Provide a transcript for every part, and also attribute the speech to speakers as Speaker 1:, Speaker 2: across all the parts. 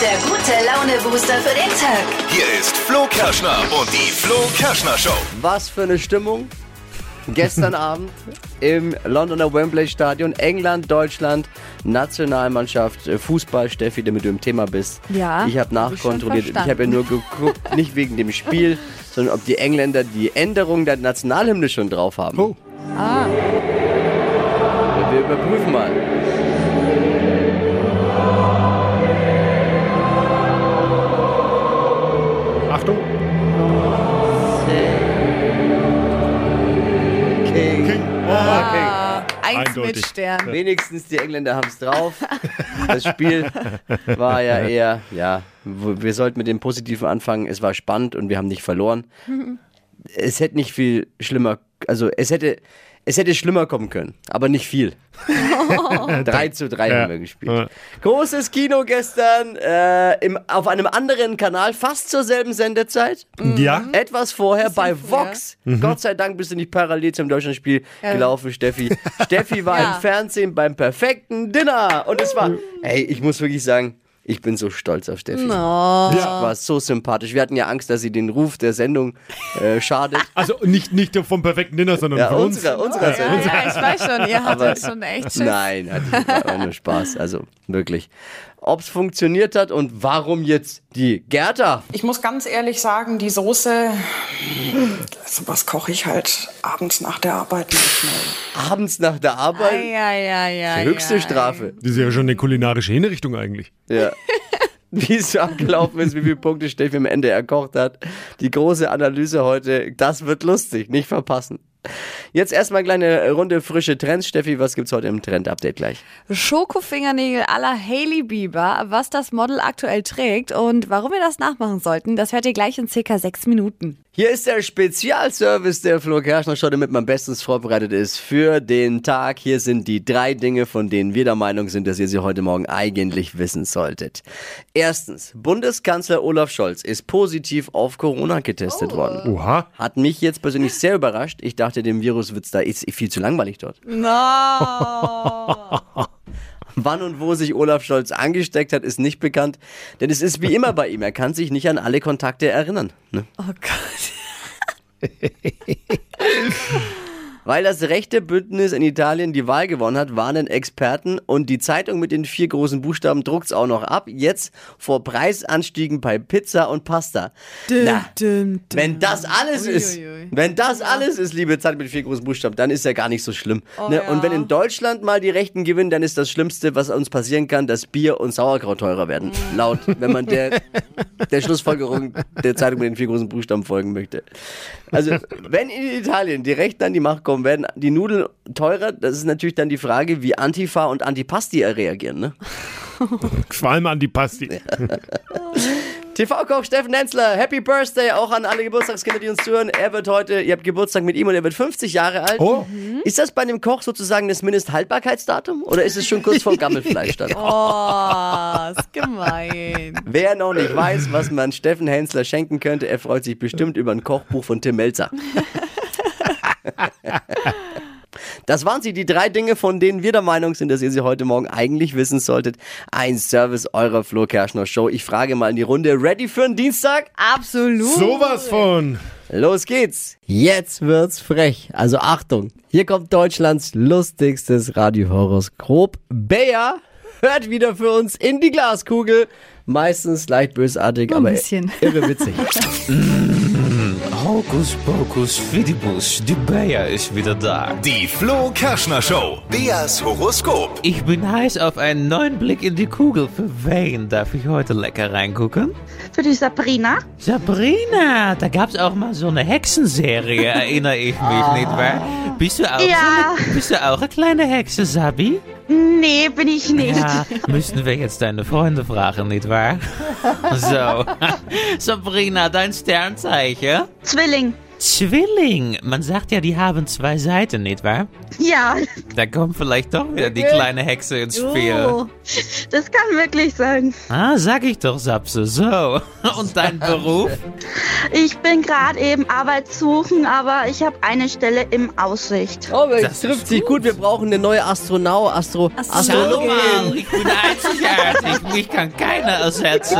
Speaker 1: der gute Laune-Booster für den Tag.
Speaker 2: Hier ist Flo Kerschner und die Flo Kerschner Show.
Speaker 3: Was für eine Stimmung gestern Abend im Londoner Wembley Stadion. England, Deutschland, Nationalmannschaft, äh, Fußball. Steffi, damit du im Thema bist.
Speaker 4: Ja,
Speaker 3: Ich habe
Speaker 4: hab ich schon
Speaker 3: nachkontrolliert. Ich habe ja
Speaker 4: verstanden.
Speaker 3: nur geguckt, nicht wegen dem Spiel, sondern ob die Engländer die Änderung der Nationalhymne schon drauf haben.
Speaker 5: Oh.
Speaker 3: Ah. Wir überprüfen mal.
Speaker 5: Achtung.
Speaker 4: Ah.
Speaker 3: King. Oh, King.
Speaker 4: Eins
Speaker 5: Eindeutig.
Speaker 4: mit Stern.
Speaker 3: Wenigstens die Engländer haben es drauf. Das Spiel war ja eher, ja, w- wir sollten mit dem Positiven anfangen. Es war spannend und wir haben nicht verloren. Es hätte nicht viel schlimmer, also es hätte, es hätte schlimmer kommen können, aber nicht viel. 3 zu 3
Speaker 5: Ja.
Speaker 3: haben wir
Speaker 5: Ja.
Speaker 3: gespielt. Großes Kino gestern äh, im, auf einem anderen Kanal, fast zur selben Sendezeit.
Speaker 5: Ja.
Speaker 3: Etwas vorher bei
Speaker 4: Mhm. früher.
Speaker 3: Vox. Gott sei Dank bist du nicht parallel zum Deutschlandspiel gelaufen, Steffi. Steffi war
Speaker 4: Ja.
Speaker 3: im Fernsehen beim perfekten Dinner. Und es war, ey, ich muss wirklich sagen, ich bin so stolz auf Steffi.
Speaker 5: ja.
Speaker 3: War so sympathisch. Wir hatten ja Angst, dass sie den Ruf der Sendung äh, schadet.
Speaker 5: Also nicht, nicht vom perfekten Dinner, sondern
Speaker 3: Ja,
Speaker 5: von uns.
Speaker 3: unserer, unserer
Speaker 4: Ja,
Speaker 3: Sendung.
Speaker 4: ja, ich weiß schon, ihr
Speaker 3: Aber-
Speaker 4: hattet schon echt Schiss.
Speaker 3: Nein, hatte ich war auch nur Spaß. Also wirklich. Ob es funktioniert hat und warum jetzt die Gerda?
Speaker 6: Ich muss ganz ehrlich sagen, die Soße, was koche ich halt abends nach der Arbeit nicht mehr.
Speaker 3: Abends nach der
Speaker 4: Ja,
Speaker 3: Arbeit?
Speaker 4: ja, ja, ja.
Speaker 3: Äh, Die höchste
Speaker 4: ja.
Speaker 3: Strafe.
Speaker 5: Das ist ja schon eine kulinarische Hinrichtung eigentlich.
Speaker 3: Ja. Wie es so abgelaufen ist, wie viele Punkte Steffi am Ende erkocht hat. Die große Analyse heute, das wird lustig, nicht verpassen. Jetzt erstmal eine kleine Runde frische Trends. Steffi, was gibt's heute im Trend-Update gleich?
Speaker 4: Schokofingernägel à la Hailey Bieber, was das Model aktuell trägt und warum wir das nachmachen sollten, das hört ihr gleich in circa sechs Minuten.
Speaker 3: Hier ist der Spezialservice der Flo Kerschner Show, damit man bestens vorbereitet ist für den Tag. Hier sind die drei Dinge, von denen wir der Meinung sind, dass ihr sie heute Morgen eigentlich wissen solltet. Erstens, Bundeskanzler Olaf Scholz ist positiv auf Corona getestet worden.
Speaker 5: Oha.
Speaker 3: Hat mich jetzt persönlich sehr überrascht. Ich dachte, dem Virus wird's da ist viel zu langweilig dort.
Speaker 4: No.
Speaker 3: Wann und wo sich Olaf Scholz angesteckt hat, ist nicht bekannt. Denn es ist wie immer bei ihm. Er kann sich nicht an alle Kontakte erinnern. Ne?
Speaker 4: Oh Gott.
Speaker 3: Weil das rechte Bündnis in Italien die Wahl gewonnen hat, warnen Experten und die Zeitung mit den vier großen Buchstaben druckt's auch noch ab. Jetzt vor Preisanstiegen bei Pizza und Pasta. Na,
Speaker 4: Düm, düm.
Speaker 3: Wenn das alles ist,
Speaker 4: Uiuiui.
Speaker 3: wenn das alles ist, liebe Zeit mit vier großen Buchstaben, dann ist ja gar nicht so schlimm. ne?
Speaker 4: ja.
Speaker 3: Und wenn in Deutschland mal die Rechten gewinnen, dann ist das Schlimmste, was uns passieren kann, dass Bier und Sauerkraut teurer werden. Laut, wenn man der, der Schlussfolgerung der Zeitung mit den vier großen Buchstaben folgen möchte. Also, wenn in Italien die Rechten an die Macht kommen, werden die Nudeln teurer. Das ist natürlich dann die Frage, wie Antifa und Antipasti reagieren. Ne?
Speaker 5: Vor allem an die Pasti.
Speaker 3: TV-Koch Steffen Nenzler, Happy Birthday auch an alle Geburtstagskinder, die uns zuhören. Er wird heute, ihr habt Geburtstag mit ihm und er wird 50 Jahre alt. Mhm.
Speaker 5: Oh.
Speaker 3: Ist das bei einem Koch sozusagen das Mindesthaltbarkeitsdatum oder ist es schon kurz vor Gammelfleisch dann?
Speaker 4: Oh, ist gemein.
Speaker 3: Wer noch nicht weiß, was man Steffen Hensler schenken könnte, er freut sich bestimmt über ein Kochbuch von Tim Melzer. Das waren sie, die drei Dinge, von denen wir der Meinung sind, dass ihr sie heute Morgen eigentlich wissen solltet. Ein Service eurer Flo Kerschner Show. Ich frage mal in die Runde, ready für einen Dienstag?
Speaker 4: Absolut.
Speaker 5: Sowas von.
Speaker 3: Los geht's! Jetzt wird's frech. Also Achtung, hier kommt Deutschlands lustigstes Radiohoroskop. Bea hört wieder für uns in die Glaskugel. Meistens leicht bösartig,
Speaker 4: Nur ein
Speaker 3: aber
Speaker 4: bisschen.
Speaker 3: irre witzig.
Speaker 7: Hokus pokus fidibus, die Bayer ist wieder da.
Speaker 2: Die Flo Kerschner Show. Beas Horoskop.
Speaker 7: Ich bin heiß auf einen neuen Blick in die Kugel. Für wen darf ich heute lecker reingucken?
Speaker 8: Für die Sabrina?
Speaker 7: Sabrina, da gab's auch mal so eine Hexenserie, erinnere ich mich, nicht wahr? Bist du auch,
Speaker 8: Ja.
Speaker 7: so eine, bist du auch eine kleine Hexe, Sabi?
Speaker 8: Nee, bin ich nicht.
Speaker 7: Ja, müssten wir jetzt deine Freunde fragen, nicht wahr? So, Sabrina, dein Sternzeichen?
Speaker 8: Zwilling.
Speaker 7: Zwilling. Man sagt ja, die haben zwei Seiten, nicht wahr?
Speaker 8: Ja,
Speaker 7: Da kommt vielleicht doch wieder die kleine Hexe ins
Speaker 3: Oh.
Speaker 7: Spiel.
Speaker 8: das kann wirklich sein.
Speaker 7: Ah, sag ich doch, Sapse. So. Und dein Beruf?
Speaker 8: Ich bin gerade eben Arbeitssuchen, aber ich habe eine Stelle im Aussicht.
Speaker 3: Oh, das
Speaker 7: Das
Speaker 3: trifft
Speaker 7: ist
Speaker 3: sich gut. Wir brauchen eine neue Astronau, Astro,
Speaker 7: Hallo
Speaker 3: Astrologin.
Speaker 7: mal, ich bin einzigartig. Mich kann keiner ersetzen.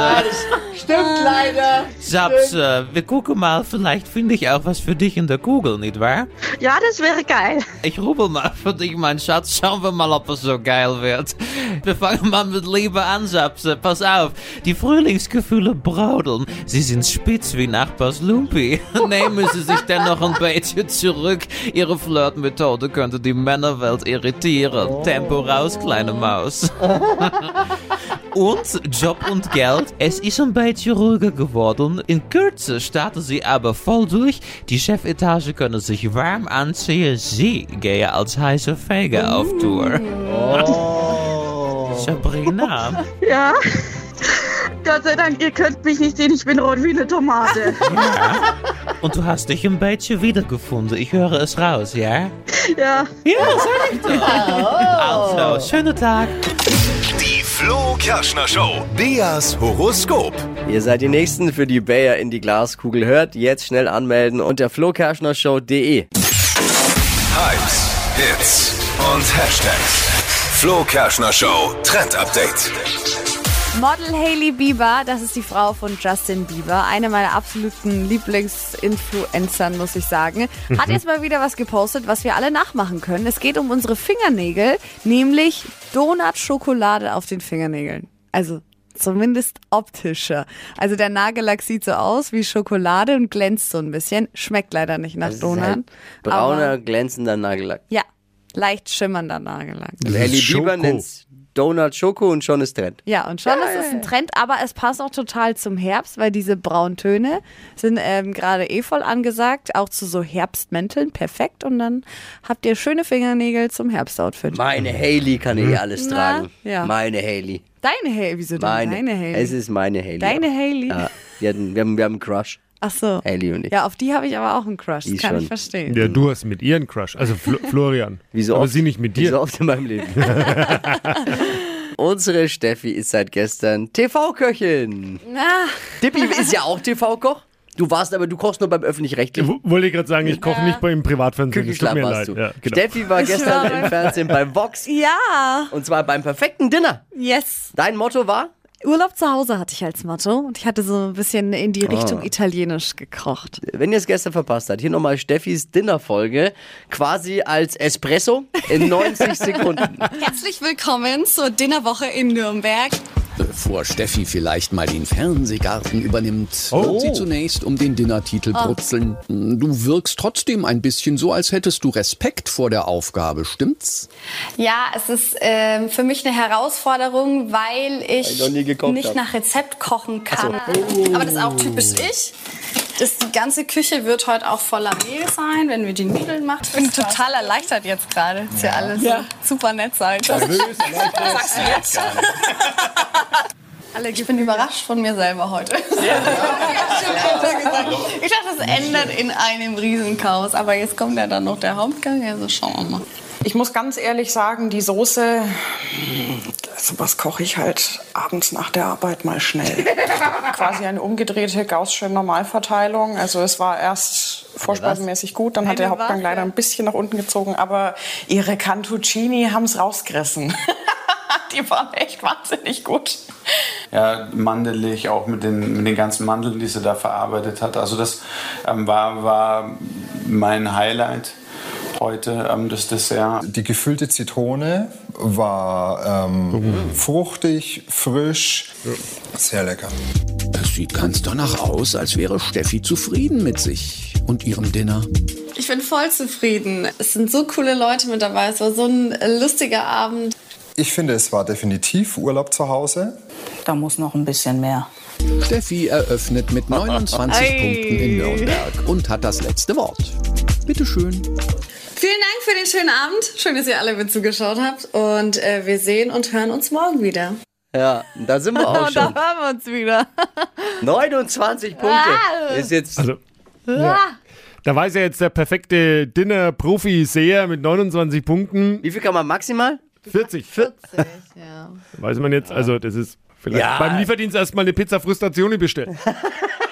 Speaker 3: Stimmt leider.
Speaker 7: Sapse, wir gucken mal, vielleicht finde ich auch was für dich in der Kugel, nicht wahr?
Speaker 8: Ja, das wäre geil.
Speaker 7: Ich rubbel mal für dich, mein Schatz. Schauen wir mal, ob es so geil wird. Wir fangen mal mit Liebe an, Sapse. Pass auf. Die Frühlingsgefühle brodeln. Sie sind spitz wie Nachbars Lumpi. Nehmen Sie sich dennoch ein bisschen zurück. Ihre Flirtmethode könnte die Männerwelt irritieren. Tempo raus, kleine Maus. Und Job und Geld. Es ist ein bisschen ruhiger geworden. In Kürze starten sie aber voll durch. Die Chefetage können sich warm anziehen. Sie gehen als heiße Fege auf Tour. Oh. Sabrina.
Speaker 8: Ja. Gott sei Dank, ihr könnt mich nicht sehen, ich bin rot wie eine Tomate.
Speaker 7: Und du hast dich ein bisschen wiedergefunden. Ich höre es raus, ja?
Speaker 8: ja.
Speaker 7: Ja, sag ich doch. Also, schönen Tag.
Speaker 2: Die Flo Kerschner Show. Beas Horoskop.
Speaker 3: Ihr seid die Nächsten für die Bayer in die Glaskugel. Hört jetzt schnell anmelden unter flokerschnershow.de.
Speaker 2: Hypes, Hits und Hashtags. Flo Kerschner Show Trend Update.
Speaker 4: Model Hailey Bieber, das ist die Frau von Justin Bieber, eine meiner absoluten Lieblingsinfluencern, muss ich sagen, hat
Speaker 3: Mhm.
Speaker 4: jetzt mal wieder was gepostet, was wir alle nachmachen können. Es geht um unsere Fingernägel, nämlich Donut-Schokolade auf den Fingernägeln. Also zumindest optischer. Also der Nagellack sieht so aus wie Schokolade und glänzt so ein bisschen. Schmeckt leider nicht nach
Speaker 3: Das ist
Speaker 4: Donut.
Speaker 3: halt brauner,
Speaker 4: aber-
Speaker 3: glänzender Nagellack.
Speaker 4: Ja, leicht schimmernder Nagellack.
Speaker 5: Das
Speaker 3: Ellie
Speaker 5: ist
Speaker 3: Bieber
Speaker 5: Schoko.
Speaker 3: nennt's Donut Schoko und schon ist Trend.
Speaker 4: Ja, und schon ist es ein Trend, aber es passt auch total zum Herbst, weil diese braunen Töne sind ähm, gerade eh voll angesagt, auch zu so Herbstmänteln, perfekt. Und dann habt ihr schöne Fingernägel zum Herbstoutfit.
Speaker 3: Meine
Speaker 5: Mhm.
Speaker 3: Haley kann eh alles
Speaker 4: Na,
Speaker 3: tragen.
Speaker 4: ja.
Speaker 3: Meine Haley.
Speaker 4: Deine Haley, wieso denn
Speaker 3: Meine.
Speaker 4: deine
Speaker 3: Es
Speaker 4: Haley?
Speaker 3: ist meine Haley.
Speaker 4: Deine Haley?
Speaker 3: Ja, wir, hatten, wir, haben, wir haben einen Crush.
Speaker 4: Ach so.
Speaker 3: Haley und ich.
Speaker 4: Ja, auf die habe ich aber auch einen Crush,
Speaker 3: Die
Speaker 4: das kann
Speaker 3: schon.
Speaker 4: ich verstehen.
Speaker 5: Ja, du hast mit ihr einen Crush. Also Fl Florian.
Speaker 3: Wieso
Speaker 5: Aber
Speaker 3: oft?
Speaker 5: sie nicht mit
Speaker 3: Wie so
Speaker 5: dir.
Speaker 3: oft in meinem Leben. Unsere Steffi ist seit gestern TV-Köchin.
Speaker 4: Ah,
Speaker 3: Dippi ist ja auch TV-Koch. Du warst aber, du kochst nur beim Öffentlich-Rechtlichen.
Speaker 5: W- Wollte ich gerade sagen, ich koche nicht bei ihm Privatfernsehen. Es tut
Speaker 3: Küchenschlag
Speaker 5: mir
Speaker 3: warst
Speaker 5: leid.
Speaker 3: du.
Speaker 5: Ja, genau.
Speaker 3: Steffi war
Speaker 4: Ich
Speaker 3: gestern
Speaker 4: war-
Speaker 3: im Fernsehen beim Vox.
Speaker 4: ja,
Speaker 3: Und zwar beim perfekten Dinner.
Speaker 4: yes.
Speaker 3: Dein Motto war?
Speaker 4: Urlaub zu Hause hatte ich als Motto und ich hatte so ein bisschen in
Speaker 3: Oh.
Speaker 4: die Richtung italienisch gekocht.
Speaker 3: Wenn ihr es gestern verpasst habt, hier nochmal Steffis Dinnerfolge, quasi als Espresso in 90 Sekunden.
Speaker 4: Herzlich willkommen zur Dinnerwoche in Nürnberg.
Speaker 9: Bevor Steffi vielleicht mal den Fernsehgarten übernimmt, wird sie zunächst um den Dinnertitel brutzeln. Du wirkst trotzdem ein bisschen so, als hättest du Respekt vor der Aufgabe, stimmt's?
Speaker 10: Ja, es ist ähm, für mich eine Herausforderung, weil ich,
Speaker 3: ich noch nie gekocht
Speaker 10: nicht
Speaker 3: hab.
Speaker 10: nach Rezept kochen kann.
Speaker 8: Oh.
Speaker 10: Aber das ist auch typisch ich. Das, die ganze Küche wird heute auch voller Mehl sein, wenn wir die Nudeln machen. Ich bin total erleichtert jetzt gerade. Ist ja alles super nett sein. Ich bin überrascht von mir selber heute. Ich dachte, es ändert in einem Riesenchaos. Aber jetzt kommt ja dann noch der Hauptgang. Also schauen wir mal.
Speaker 6: Ich muss ganz ehrlich sagen, die Soße, also was koche ich halt abends nach der Arbeit mal schnell. Quasi eine umgedrehte gaußsche Normalverteilung. Also es war erst vorspeisenmäßig gut, dann hat der Hauptgang leider ein bisschen nach unten gezogen, aber ihre Cantuccini haben es rausgerissen. die waren echt wahnsinnig gut.
Speaker 11: ja, mandelig, auch mit den, mit den ganzen Mandeln, die sie da verarbeitet hat. Also das ähm, war, war mein Highlight heute, ähm, das Dessert.
Speaker 9: Die gefüllte Zitrone war fruchtig, frisch, sehr lecker.
Speaker 11: Es sieht ganz danach aus, als wäre Steffi zufrieden mit sich und ihrem Dinner.
Speaker 10: Ich bin voll zufrieden. Es sind so coole Leute mit dabei. Es war so ein lustiger Abend.
Speaker 9: Ich finde, es war definitiv Urlaub zu Hause.
Speaker 6: Da muss noch ein bisschen mehr.
Speaker 9: Steffi eröffnet mit 29 Punkten in Nürnberg und hat das letzte Wort. Bitte schön.
Speaker 10: Vielen Dank für den schönen Abend. Schön, dass ihr alle mit zugeschaut habt. Und äh, wir sehen und hören uns morgen wieder.
Speaker 3: Ja, und da sind wir auch
Speaker 4: Und da
Speaker 3: schon.
Speaker 4: hören wir uns wieder.
Speaker 3: 29 Punkte ist jetzt
Speaker 5: Also, ja. Da weiß ja jetzt der perfekte Dinner-Profi-Seher mit 29 Punkten.
Speaker 3: Wie viel kann man maximal?
Speaker 5: 40.
Speaker 4: 40, ja.
Speaker 5: Weiß man jetzt, also das ist vielleicht
Speaker 3: Ja.
Speaker 5: beim Lieferdienst erstmal eine Pizza Frustrationi bestellen.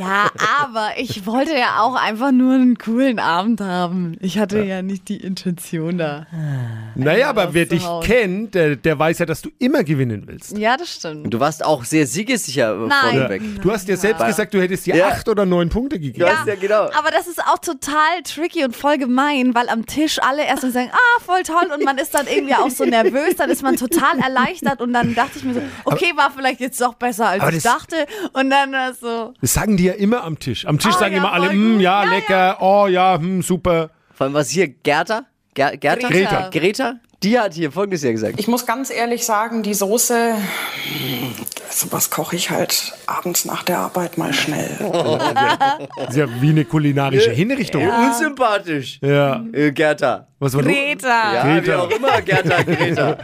Speaker 4: Ja, aber ich wollte ja auch einfach nur einen coolen Abend haben. Ich hatte ja, nicht die Intention da.
Speaker 5: naja, aber wer dich
Speaker 4: rauszuhauen.
Speaker 5: kennt, der, der weiß ja, dass du immer gewinnen willst.
Speaker 4: Ja, das stimmt.
Speaker 3: Und du warst auch sehr siegessicher äh,
Speaker 4: Nein.
Speaker 3: vorneweg.
Speaker 5: Du hast ja selbst gesagt, du hättest dir
Speaker 3: Ja.
Speaker 5: acht oder neun Punkte gegeben.
Speaker 4: Ja,
Speaker 3: genau,
Speaker 4: Aber das ist auch total tricky und voll gemein, weil am Tisch alle erstmal sagen, ah, voll toll und man ist dann irgendwie auch so nervös, dann ist man total erleichtert und dann dachte ich mir so, okay, war vielleicht jetzt doch besser, als
Speaker 5: Aber
Speaker 4: ich
Speaker 5: das-
Speaker 4: dachte und dann war es so,
Speaker 5: Das sagen die ja immer am Tisch. Am Tisch
Speaker 4: Ah,
Speaker 5: sagen
Speaker 4: ja,
Speaker 5: immer alle,
Speaker 4: voll
Speaker 5: "Mm,
Speaker 4: gut.
Speaker 5: ja,
Speaker 4: Ja,
Speaker 5: lecker, oh ja, hm, super.
Speaker 3: Vor allem was hier, Gerda? Ger Gerda?
Speaker 5: Greta.
Speaker 3: Greta? Die hat hier folgendes ja gesagt.
Speaker 6: Ich muss ganz ehrlich sagen, die Soße, sowas koche ich halt abends nach der Arbeit mal schnell.
Speaker 5: Das ist ja wie eine kulinarische Hinrichtung.
Speaker 3: Ja. Unsympathisch.
Speaker 5: Ja.
Speaker 3: Äh, Gerda.
Speaker 5: Was war los?
Speaker 4: Greta.
Speaker 3: Ja, wie
Speaker 5: Greta.
Speaker 3: auch immer, Gerda, Greta.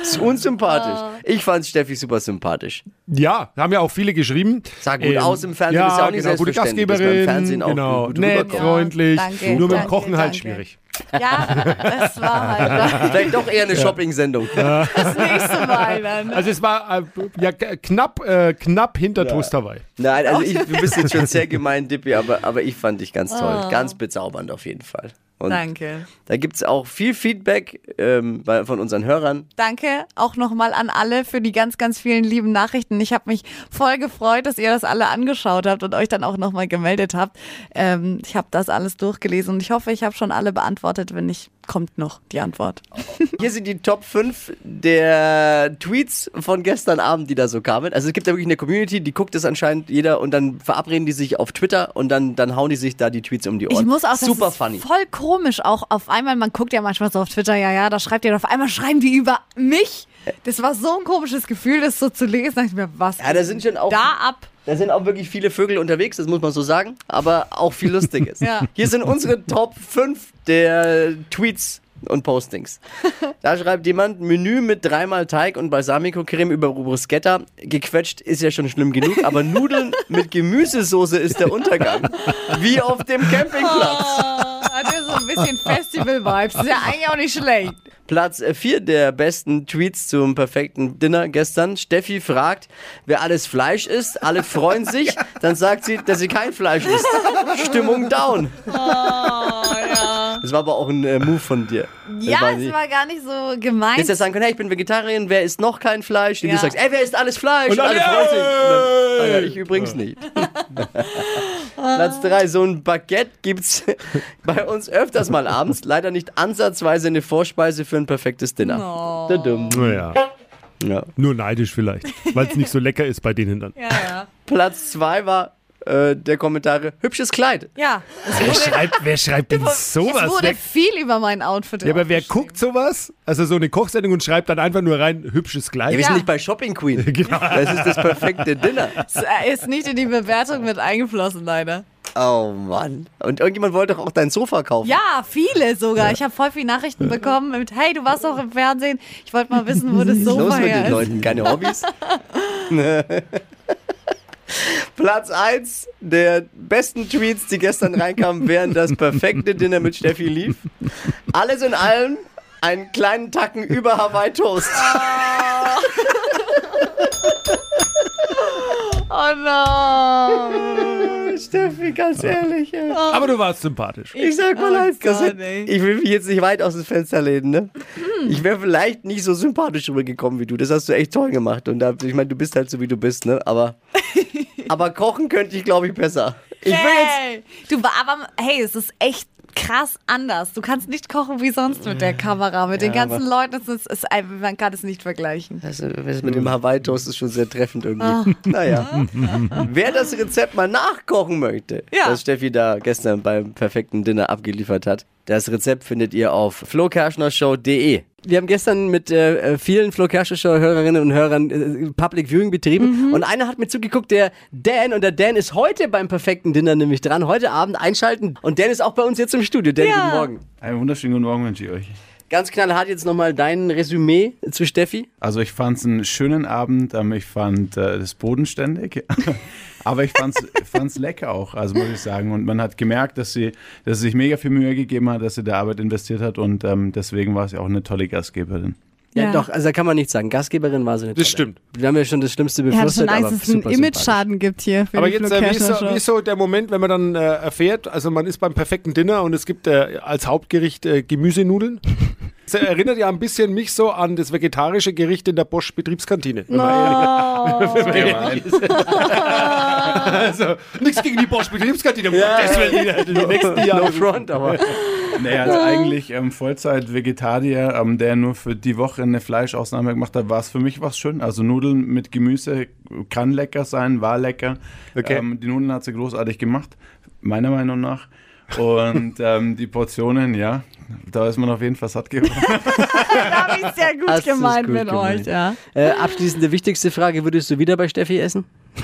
Speaker 3: Ist unsympathisch. Ich fand Steffi super sympathisch.
Speaker 5: Ja, haben ja auch viele geschrieben. Ähm,
Speaker 3: Sah gut aus im Fernsehen,
Speaker 5: ja,
Speaker 3: ist ja auch nicht
Speaker 5: genau, gute
Speaker 3: selbstverständlich, dass
Speaker 5: Gastgeberin,
Speaker 3: man im Fernsehen auch
Speaker 5: genau,
Speaker 3: gut
Speaker 5: nett,
Speaker 3: rüberkommt.
Speaker 5: freundlich,
Speaker 4: Ja, danke,
Speaker 5: nur
Speaker 4: danke,
Speaker 5: beim Kochen halt
Speaker 4: danke.
Speaker 5: schwierig.
Speaker 4: ja, das war halt
Speaker 3: Vielleicht doch eher eine Shopping-Sendung.
Speaker 4: das nächste Mal dann.
Speaker 5: Also es war äh, ja, k- knapp, äh, knapp hinter Toast Hawaii.
Speaker 3: Nein, also ich, du bist jetzt schon sehr gemein, Dippy, aber, aber ich fand dich ganz toll.
Speaker 4: Oh.
Speaker 3: Ganz bezaubernd auf jeden Fall. Und
Speaker 4: Danke.
Speaker 3: Da gibt es auch viel Feedback ähm, bei- von unseren Hörern.
Speaker 4: Danke auch nochmal an alle für die ganz, ganz vielen lieben Nachrichten. Ich habe mich voll gefreut, dass ihr das alle angeschaut habt und euch dann auch nochmal gemeldet habt. Ähm, ich habe das alles durchgelesen und ich hoffe, ich habe schon alle beantwortet. Wenn nicht, kommt noch die Antwort.
Speaker 3: Hier sind die Top 5 der Tweets von gestern Abend, die da so kamen. Also es gibt da wirklich eine Community, die guckt es anscheinend jeder und dann verabreden die sich auf Twitter und dann, dann hauen die sich da die Tweets um die Ohren.
Speaker 4: Ich muss auch das
Speaker 3: Super
Speaker 4: ist
Speaker 3: funny.
Speaker 4: voll komisch auch auf einmal, man guckt ja manchmal so auf Twitter, ja, ja, da schreibt ihr auf einmal schreiben die über mich. Das war so ein komisches Gefühl, das so zu lesen. Da dachte ich mir, was
Speaker 3: Ja, da sind schon auch-
Speaker 4: da ab.
Speaker 3: Da sind auch wirklich viele Vögel unterwegs, das muss man so sagen, aber auch viel Lustiges.
Speaker 4: Ja.
Speaker 3: Hier sind unsere Top 5 der Tweets und Postings. Da schreibt jemand, Menü mit dreimal Teig und Balsamico-Creme über Bruschetta. Gequetscht ist ja schon schlimm genug, aber Nudeln mit Gemüsesoße ist der Untergang. Wie auf dem Campingplatz.
Speaker 4: Ah, Hat ja so ein bisschen Festival-Vibes. Ist ja eigentlich auch nicht schlecht.
Speaker 3: Platz 4 der besten Tweets zum perfekten Dinner gestern. Steffi fragt, wer alles Fleisch isst. Alle freuen sich. Dann sagt sie, dass sie kein Fleisch isst. Stimmung down. Das war aber auch ein äh, Move von dir. Das
Speaker 4: Ja, es
Speaker 3: nicht-
Speaker 4: war gar nicht so gemeint.
Speaker 3: Jetzt ja sagen können, hey, ich bin Vegetarierin, wer isst noch kein Fleisch? Und
Speaker 4: Ja.
Speaker 3: du sagst, ey, wer isst alles Fleisch? Und, alle
Speaker 5: alle,
Speaker 3: freuen sich. Und dann, "Ah ja, ich übrigens nicht. Platz 3, so ein Baguette gibt's bei uns öfters mal abends. Leider nicht ansatzweise eine Vorspeise für ein perfektes Dinner. Dadum.
Speaker 5: Naja,
Speaker 3: Ja.
Speaker 5: nur neidisch vielleicht, weil es nicht so lecker ist bei denen dann.
Speaker 4: ja, ja.
Speaker 3: Platz 2 war äh, der Kommentare, hübsches Kleid.
Speaker 4: Ja,
Speaker 5: Wer schreibt, wer schreibt denn
Speaker 4: es
Speaker 5: sowas?
Speaker 4: wurde
Speaker 5: Wer,
Speaker 4: viel über mein Outfit.
Speaker 5: ja, aber wer
Speaker 4: aufgeschrieben.
Speaker 5: guckt sowas? Also so eine Kochsendung und schreibt dann einfach nur rein, hübsches
Speaker 3: Ja,
Speaker 5: Kleid.
Speaker 3: wir
Speaker 4: Ja.
Speaker 3: sind nicht bei Shopping Queen. Das ist das perfekte Dinner.
Speaker 4: Es, äh, Ist nicht in die Bewertung mit eingeflossen, leider.
Speaker 3: Oh Mann. Und irgendjemand wollte doch auch dein Sofa kaufen.
Speaker 4: Ja, viele sogar. Ich habe voll viele Nachrichten bekommen mit, hey, du warst doch im Fernsehen. Ich wollte mal wissen, wo das
Speaker 3: Los
Speaker 4: Sofa
Speaker 3: mit
Speaker 4: her
Speaker 3: den
Speaker 4: ist.
Speaker 3: Leuten, keine Hobbys. Platz 1 der besten Tweets, die gestern reinkamen, wären das perfekte Dinner mit Steffi lief. Alles in allem einen kleinen Tacken über Hawaii Toast.
Speaker 4: Oh no.
Speaker 3: Steffi, ganz ehrlich. ey.
Speaker 5: Aber du warst sympathisch.
Speaker 3: Ich sag mal eins, das
Speaker 4: Oh Gott,
Speaker 3: hätt-
Speaker 4: ey. Hm.
Speaker 3: ich will mich jetzt nicht weit aus dem Fenster lehnen, ne? Ich wäre vielleicht nicht so sympathisch rübergekommen wie du. Das hast du echt toll gemacht. Und da, ich meine, du bist halt so wie du bist, ne? Aber, aber kochen könnte ich, glaube ich, besser. Ich will jetzt.
Speaker 4: Hey. Du war aber, hey, es ist echt krass anders. Du kannst nicht kochen wie sonst mit der Kamera, mit den
Speaker 3: Ja,
Speaker 4: ganzen Leuten. Es ist, es ist, ein- man kann es nicht vergleichen.
Speaker 3: Also, das mit dem Hawaii-Toast ist schon sehr treffend
Speaker 4: Ah.
Speaker 3: irgendwie. Naja. Wer das Rezept mal nachkochen möchte,
Speaker 4: Ja.
Speaker 3: das Steffi da gestern beim perfekten Dinner abgeliefert hat, das Rezept findet ihr auf flokerschnershow.de. Wir haben gestern mit äh, äh, vielen Flo Kerschner Show Hörerinnen und Hörern äh, Public Viewing
Speaker 4: Mhm.
Speaker 3: betrieben und einer hat mir zugeguckt, der Dan und der Dan ist heute beim perfekten Dinner nämlich dran, heute Abend einschalten und Dan ist auch bei uns jetzt im Studio. Dan,
Speaker 4: Ja.
Speaker 3: guten Morgen.
Speaker 12: Einen wunderschönen guten Morgen wünsche ich euch.
Speaker 3: Ganz knallhart jetzt nochmal dein Resümee zu Steffi.
Speaker 11: Also ich fand es einen schönen Abend, ähm, ich fand äh, das bodenständig, aber ich fand es lecker auch, also muss ich sagen. Und man hat gemerkt, dass sie, dass sie sich mega viel Mühe gegeben hat, dass sie der Arbeit investiert hat und ähm, deswegen war sie auch eine tolle Gastgeberin.
Speaker 3: Ja. doch, also da kann man nichts sagen. Gastgeberin war sie nicht. Das
Speaker 5: stimmt.
Speaker 3: Wir haben ja schon das Schlimmste
Speaker 4: Er hat schon
Speaker 3: befürchtet,
Speaker 4: Angst,
Speaker 3: aber
Speaker 4: dass es einen
Speaker 3: super sympathisch.
Speaker 4: Image-Schaden gibt hier. Für
Speaker 5: Aber
Speaker 4: die
Speaker 5: jetzt,
Speaker 4: Flo
Speaker 5: äh, wie, ist
Speaker 4: Kerschner
Speaker 5: so, wie
Speaker 4: Show.
Speaker 5: ist so der Moment, wenn man dann äh, erfährt, also man ist beim perfekten Dinner und es gibt äh, als Hauptgericht äh, Gemüsenudeln? Das erinnert ja ein bisschen mich so an das vegetarische Gericht in der Bosch Betriebskantine. wenn man ehrlich- wenn man ehrlich ist. also, nichts gegen die um Bosch Betriebskantine. Ja. Das wird wieder die nächsten Jahre.
Speaker 3: No front, aber.
Speaker 11: Naja, also eigentlich ähm, Vollzeit-Vegetarier, ähm, der nur für die Woche eine Fleischausnahme gemacht hat, war es für mich was schön. Also Nudeln mit Gemüse kann lecker sein, war lecker.
Speaker 5: Okay.
Speaker 11: Ähm, die Nudeln hat sie großartig gemacht, meiner Meinung nach. Und ähm, die Portionen, ja, da ist man auf jeden Fall satt geworden.
Speaker 4: Da habe ich sehr gut
Speaker 3: Hast du's
Speaker 4: gemeint
Speaker 3: gut
Speaker 4: mit
Speaker 3: gemeint.
Speaker 4: euch, ja.
Speaker 3: Äh, abschließende wichtigste Frage: Würdest du wieder bei Steffi essen?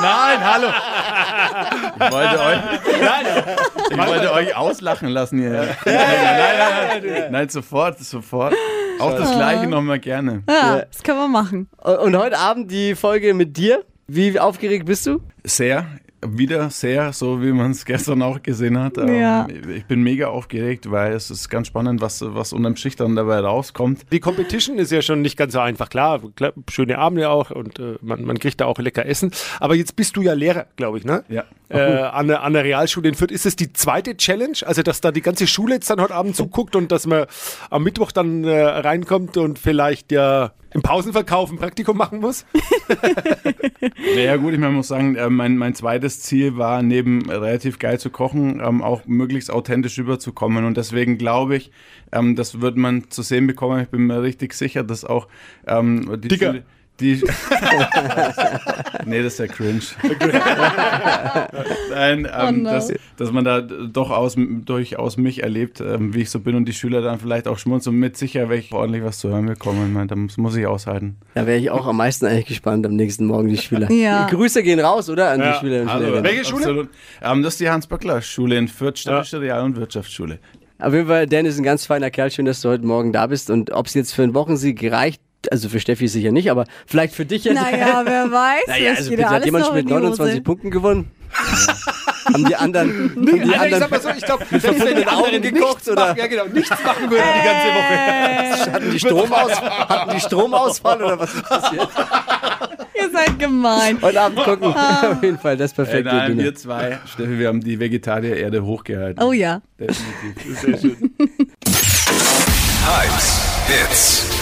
Speaker 11: Nein, hallo. Ich wollte euch, ich wollte euch auslachen lassen hier. Nein, nein, nein, nein, sofort, sofort. Auch das Gleiche nochmal gerne.
Speaker 4: Ja, das können wir machen.
Speaker 3: Und heute Abend die Folge mit dir. Wie aufgeregt bist du?
Speaker 11: Sehr, wieder sehr, so wie man es gestern auch gesehen hat. Ähm,
Speaker 4: Ja.
Speaker 11: Ich bin mega aufgeregt, weil es ist ganz spannend, was, was unterm Schicht dann dabei rauskommt.
Speaker 5: Die Competition ist ja schon nicht ganz so einfach. Klar, klar, schöne Abende auch und äh, man, man kriegt da auch lecker Essen. Aber jetzt bist du ja Lehrer, glaube ich, ne?
Speaker 11: Ja.
Speaker 5: Äh, an, der, an der Realschule in Fürth. Ist es die zweite Challenge? Also, dass da die ganze Schule jetzt dann heute Abend zuguckt und dass man am Mittwoch dann äh, reinkommt und vielleicht ja im Pausenverkauf ein Praktikum machen muss?
Speaker 11: Ja gut, ich meine, muss sagen, äh, mein, mein zweites Ziel war, neben relativ geil zu kochen, ähm, auch möglichst authentisch rüberzukommen. Und deswegen glaube ich, ähm, das wird man zu sehen bekommen. Ich bin mir richtig sicher, dass auch ähm, die
Speaker 5: Dicker.
Speaker 11: Schüler- Die, nee, das ist ja cringe. Nein, ähm,
Speaker 4: no.
Speaker 11: dass, dass man da doch aus, durchaus mich erlebt, ähm, wie ich so bin und die Schüler dann vielleicht auch schmunzeln und mit sicher, welche ordentlich was zu hören bekommen. Ich meine, da muss, muss ich aushalten.
Speaker 3: Da wäre ich auch am meisten eigentlich gespannt am nächsten Morgen, die Schüler.
Speaker 4: Ja.
Speaker 3: Grüße gehen raus, oder? An die
Speaker 5: Ja,
Speaker 3: Schüler und
Speaker 11: Also,
Speaker 3: Schülerinnen.
Speaker 5: Welche Schule?
Speaker 11: Absolut. Ähm, das ist die Hans-Böckler-Schule in Fürth, Städtische Real- und Wirtschaftsschule.
Speaker 3: Auf jeden Fall, Dan ist ein ganz feiner Kerl. Schön, dass du heute Morgen da bist. Und ob es jetzt für einen Wochensieg reicht, also für Steffi sicher nicht, aber vielleicht für dich jetzt.
Speaker 4: Naja, wer weiß.
Speaker 3: Naja,
Speaker 4: es
Speaker 3: also
Speaker 4: geht
Speaker 3: bitte, hat
Speaker 4: alles
Speaker 3: jemand
Speaker 4: noch
Speaker 3: schon
Speaker 4: in
Speaker 3: mit
Speaker 4: die Hose.
Speaker 3: 29 Punkten gewonnen? haben die anderen, haben die
Speaker 5: Alter, also ich
Speaker 3: anderen
Speaker 5: sag mal so, ich glaube, selbst wenn die
Speaker 3: verbundenen Augen
Speaker 5: anderen
Speaker 3: gekocht,
Speaker 5: nichts
Speaker 3: oder?
Speaker 5: machen, ja genau, nichts machen würden die ganze Woche.
Speaker 3: hatten, die Stromaus, hatten die Stromausfall oder was ist passiert?
Speaker 4: Ihr seid gemein.
Speaker 3: Heute Abend gucken.
Speaker 4: Ah.
Speaker 3: Auf jeden Fall, das
Speaker 11: Äh,
Speaker 3: perfekte
Speaker 11: nein,
Speaker 3: Dinner.
Speaker 11: wir zwei, Steffi, wir haben die Vegetarier-Erde hochgehalten.
Speaker 4: Oh ja.
Speaker 11: Definitiv.
Speaker 2: Hypes, Hits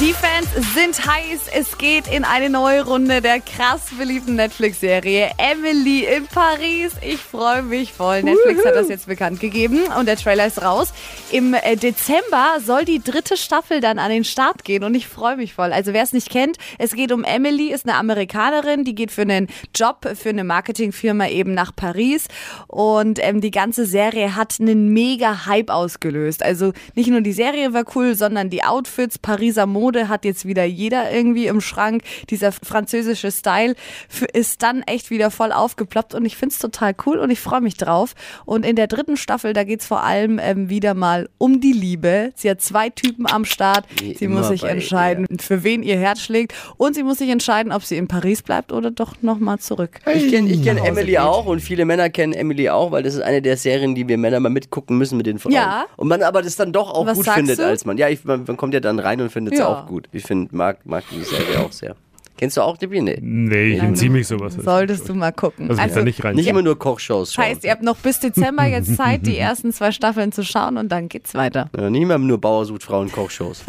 Speaker 4: Die Fans sind heiß. Es geht in eine neue Runde der krass beliebten Netflix-Serie Emily in Paris. Ich freue mich voll. Netflix hat das jetzt bekannt gegeben und der Trailer ist raus. Im äh, Dezember soll die dritte Staffel dann an den Start gehen und ich freue mich voll. Also wer es nicht kennt, es geht um Emily, ist eine Amerikanerin, die geht für einen Job für eine Marketingfirma eben nach Paris und ähm, die ganze Serie hat einen mega Hype ausgelöst. Also nicht nur die Serie war cool, sondern die Outfits, Pariser Mode hat jetzt wieder jeder irgendwie im Schrank. Dieser französische Style f- ist dann echt wieder voll aufgeploppt und ich find's total cool und ich freue mich drauf. Und in der dritten Staffel, da geht's vor allem ähm, wieder mal um die Liebe. Sie hat zwei Typen am Start.
Speaker 3: Wie
Speaker 4: Sie muss
Speaker 3: immer
Speaker 4: sich
Speaker 3: bei
Speaker 4: entscheiden, für wen ihr Herz schlägt und sie muss sich entscheiden, ob sie in Paris bleibt oder doch nochmal zurück.
Speaker 3: Ich kenne ich kenn Emily auch und viele Männer kennen Emily auch, weil das ist eine der Serien, die wir Männer mal mitgucken müssen mit den Frauen.
Speaker 4: Ja.
Speaker 3: Und man aber das dann doch auch
Speaker 4: Was
Speaker 3: gut
Speaker 4: sagst
Speaker 3: findet
Speaker 4: du?
Speaker 3: als Mann. Ja, ich, man, man kommt ja dann rein und findet es
Speaker 4: Ja.
Speaker 3: auch gut. Ich finde, mag, mag die Serie auch sehr. Kennst du auch Debbie? Nee.
Speaker 5: Nee, ich entziehe mich sowas.
Speaker 4: Solltest du mal gucken.
Speaker 3: Also
Speaker 4: Also
Speaker 3: Nicht immer nur Kochshows
Speaker 4: Das
Speaker 3: schauen.
Speaker 4: heißt, ihr habt noch bis Dezember jetzt Zeit, die ersten zwei Staffeln zu schauen und dann geht's weiter.
Speaker 3: Ja, nicht immer nur Bauer sucht Frauen Kochshows.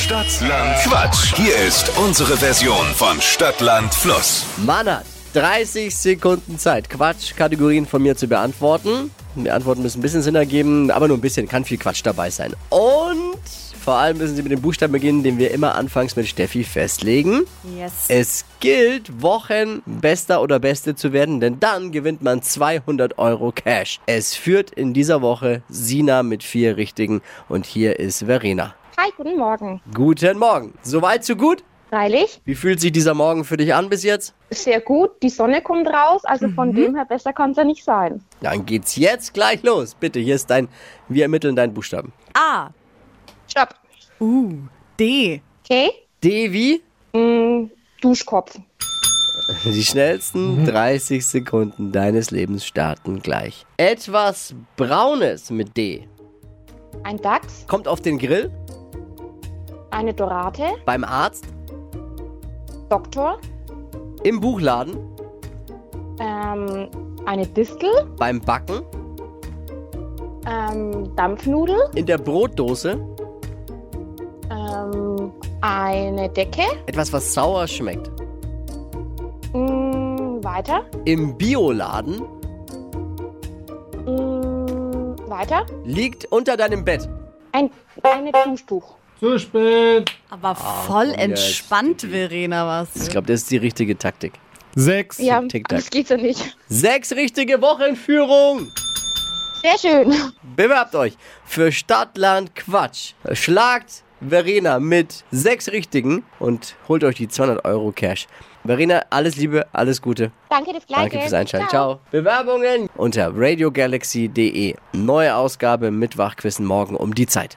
Speaker 2: Stadtland Quatsch. Hier ist unsere Version von Stadtland Fluss.
Speaker 3: Mann hat 30 Sekunden Zeit, Quatsch-Kategorien von mir zu beantworten. Die Antworten müssen ein bisschen Sinn ergeben, aber nur ein bisschen, kann viel Quatsch dabei sein. Und vor allem müssen Sie mit dem Buchstaben beginnen, den wir immer anfangs mit Steffi festlegen.
Speaker 4: Yes.
Speaker 3: Es gilt, Wochen bester oder beste zu werden, denn dann gewinnt man 200 Euro Cash. Es führt in dieser Woche Sina mit vier Richtigen und hier ist Verena.
Speaker 12: Hi, guten Morgen.
Speaker 3: Guten Morgen. Soweit, so gut?
Speaker 12: Freilich.
Speaker 3: Wie fühlt sich dieser Morgen für dich an bis jetzt?
Speaker 12: Sehr gut, die Sonne kommt raus, also von dem her besser kann es ja nicht sein.
Speaker 3: Dann geht's jetzt gleich los. Bitte, hier ist dein. Wir ermitteln deinen Buchstaben.
Speaker 12: A. Stopp. U. D. Okay. mm,
Speaker 3: D wie?
Speaker 12: Duschkopf.
Speaker 3: Die schnellsten 30 Sekunden deines Lebens starten gleich. Etwas Braunes mit D.
Speaker 12: Ein Dachs,
Speaker 3: Kommt auf den Grill,
Speaker 12: eine Dorate,
Speaker 3: beim Arzt,
Speaker 12: Doktor,
Speaker 3: im Buchladen,
Speaker 12: ähm, eine Distel,
Speaker 3: beim Backen,
Speaker 12: ähm, Dampfnudel,
Speaker 3: in der Brotdose.
Speaker 12: ähm, eine Decke,
Speaker 3: Etwas, was sauer schmeckt.
Speaker 12: mm, weiter,
Speaker 3: Im Bioladen
Speaker 12: mm, weiter,
Speaker 3: liegt unter deinem Bett.
Speaker 12: ein kleines Duschtuch.
Speaker 5: Zu spät.
Speaker 4: Aber
Speaker 12: oh,
Speaker 4: voll
Speaker 3: komm jetzt,
Speaker 4: entspannt, Verena, was?
Speaker 3: Ich glaube, das ist die richtige Taktik.
Speaker 5: Sechs.
Speaker 12: Ja,
Speaker 3: Tic-Tac.
Speaker 12: das geht ja nicht.
Speaker 3: Sechs richtige Wochenführung.
Speaker 12: Sehr schön.
Speaker 3: Bewerbt euch für Stadtland Quatsch. Schlagt Verena mit sechs richtigen und holt euch die 200 Euro Cash. Verena, alles Liebe, alles Gute.
Speaker 12: Danke, das Gleiche.
Speaker 3: Danke fürs Einschalten. Ciao. Bewerbungen unter radiogalaxy.de. Neue Ausgabe mit Wachquissen morgen um die Zeit.